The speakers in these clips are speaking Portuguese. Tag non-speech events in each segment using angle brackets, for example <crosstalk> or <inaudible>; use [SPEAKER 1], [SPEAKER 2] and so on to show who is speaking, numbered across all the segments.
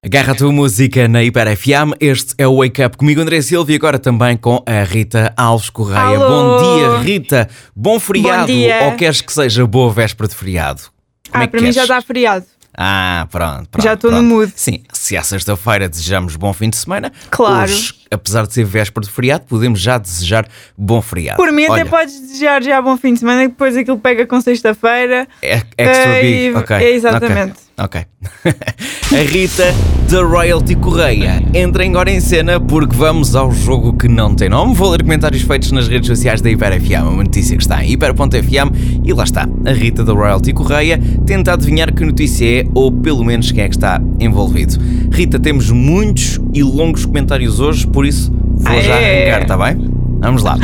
[SPEAKER 1] Agarra a tua música na Hiper FM. Este é o Wake Up comigo, André Silva, e agora também com a Rita Alves Correia.
[SPEAKER 2] Alô!
[SPEAKER 1] Bom dia, Rita. Bom feriado.
[SPEAKER 2] dia.
[SPEAKER 1] Ou queres que seja boa véspera de feriado? Como
[SPEAKER 2] ah,
[SPEAKER 1] é que
[SPEAKER 2] para mim já
[SPEAKER 1] queres?
[SPEAKER 2] dá feriado.
[SPEAKER 1] Ah, pronto, pronto,
[SPEAKER 2] Já estou no
[SPEAKER 1] pronto.
[SPEAKER 2] mood.
[SPEAKER 1] Sim, se à sexta-feira desejamos bom fim de semana,
[SPEAKER 2] Claro.
[SPEAKER 1] hoje, apesar de ser véspera de feriado, podemos já desejar bom feriado.
[SPEAKER 2] Por mim,
[SPEAKER 1] Olha,
[SPEAKER 2] até podes desejar já bom fim de semana, que depois aquilo pega com sexta-feira.
[SPEAKER 1] É, extra
[SPEAKER 2] É,
[SPEAKER 1] big,
[SPEAKER 2] e-
[SPEAKER 1] ok.
[SPEAKER 2] é, exatamente.
[SPEAKER 1] Ok. <laughs> ok. a Rita da Royalty Correia entra agora em cena porque vamos ao jogo que não tem nome. Vou ler comentários feitos nas redes sociais da Hiper FM, uma notícia que está em hiper.fm e lá está. A Rita da Royalty Correia tenta adivinhar que notícia é ou pelo menos quem é que está envolvido. Rita, temos muitos e longos comentários hoje, por isso vou
[SPEAKER 2] Ah,
[SPEAKER 1] já
[SPEAKER 2] Aê!
[SPEAKER 1] arrancar, está bem? Vamos lá.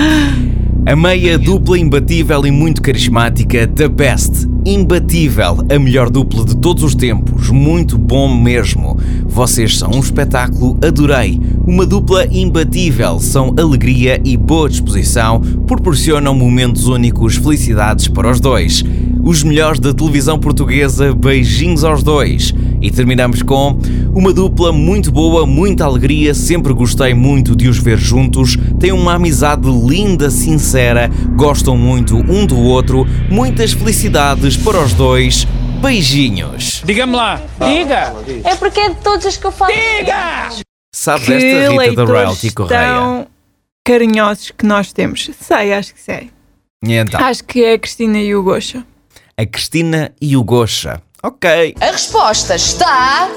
[SPEAKER 1] A meia dupla imbatível e muito carismática, The Best. Imbatível, a melhor dupla de todos os tempos, muito bom mesmo. Vocês são um espetáculo, adorei. Uma dupla imbatível, são alegria e boa disposição, proporcionam momentos únicos, felicidades para os dois. Os melhores da televisão portuguesa, beijinhos aos dois. E terminamos com uma dupla muito boa, muita alegria, sempre gostei muito de os ver juntos, têm uma amizade linda, sincera, gostam muito um do outro, muitas felicidades para os dois, beijinhos.
[SPEAKER 3] Diga-me lá. Diga.
[SPEAKER 4] É porque é de todos os que eu falo.
[SPEAKER 1] Sabes
[SPEAKER 2] Que
[SPEAKER 1] esta Rita da
[SPEAKER 2] leitores
[SPEAKER 1] Royalty Correia?
[SPEAKER 2] tão carinhosos que nós temos. Sei, acho que sei.
[SPEAKER 1] E então,
[SPEAKER 2] Acho que é a Cristina e o Gocha.
[SPEAKER 1] É a Cristina e o Gosha. Ok,
[SPEAKER 4] A resposta está.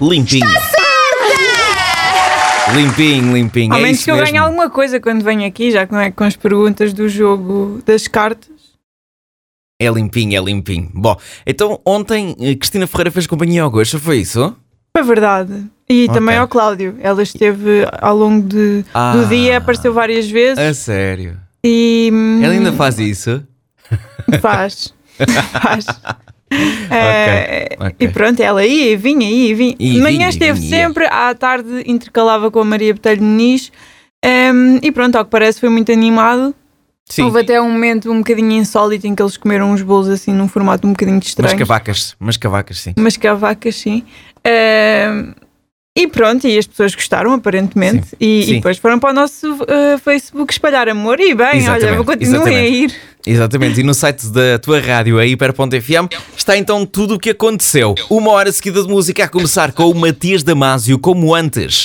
[SPEAKER 1] limpinho. Limpinho, limpinho.
[SPEAKER 2] Ao
[SPEAKER 1] é
[SPEAKER 2] menos
[SPEAKER 1] isso
[SPEAKER 2] que eu ganhe
[SPEAKER 1] mesmo.
[SPEAKER 2] alguma coisa quando venho aqui, já que não é com as perguntas do jogo das cartas.
[SPEAKER 1] É limpinho, é limpinho. Bom, então ontem eh, Cristina Ferreira fez companhia ao Gosha, foi isso?
[SPEAKER 2] É verdade. E
[SPEAKER 1] Ok.
[SPEAKER 2] também ao Cláudio. Ela esteve ao longo de-
[SPEAKER 1] Ah.
[SPEAKER 2] do dia, apareceu várias vezes
[SPEAKER 1] A sério.
[SPEAKER 2] e hum,
[SPEAKER 1] Ela ainda faz isso?
[SPEAKER 2] Faz. Faz. Eh,
[SPEAKER 1] <laughs> Ok, ok.
[SPEAKER 2] E pronto, ela ia, vinha, ia, vinha.
[SPEAKER 1] Ia,
[SPEAKER 2] De manhã
[SPEAKER 1] vinha,
[SPEAKER 2] esteve
[SPEAKER 1] vinha.
[SPEAKER 2] sempre, à tarde intercalava com a Maria Botelho Nis. e pronto, ao que parece foi muito animado.
[SPEAKER 1] Sim.
[SPEAKER 2] Houve até um momento um bocadinho insólito em que eles comeram uns bolos assim num formato um bocadinho
[SPEAKER 1] Mas
[SPEAKER 2] estranho.
[SPEAKER 1] cavacas, mas cavacas, sim.
[SPEAKER 2] Mas cavacas, sim. Ehm, e pronto, e as pessoas gostaram, aparentemente. E, e
[SPEAKER 1] Sim.
[SPEAKER 2] depois foram para o nosso eh, Facebook espalhar amor. E bem, olha,
[SPEAKER 1] Exatamente,
[SPEAKER 2] vou continuar a
[SPEAKER 1] exatamente.
[SPEAKER 2] ir.
[SPEAKER 1] Exatamente, e no site da tua rádio, a hiper.fm, está então tudo o que aconteceu. Uma hora seguida de música a começar com o Matias Damasio, como antes.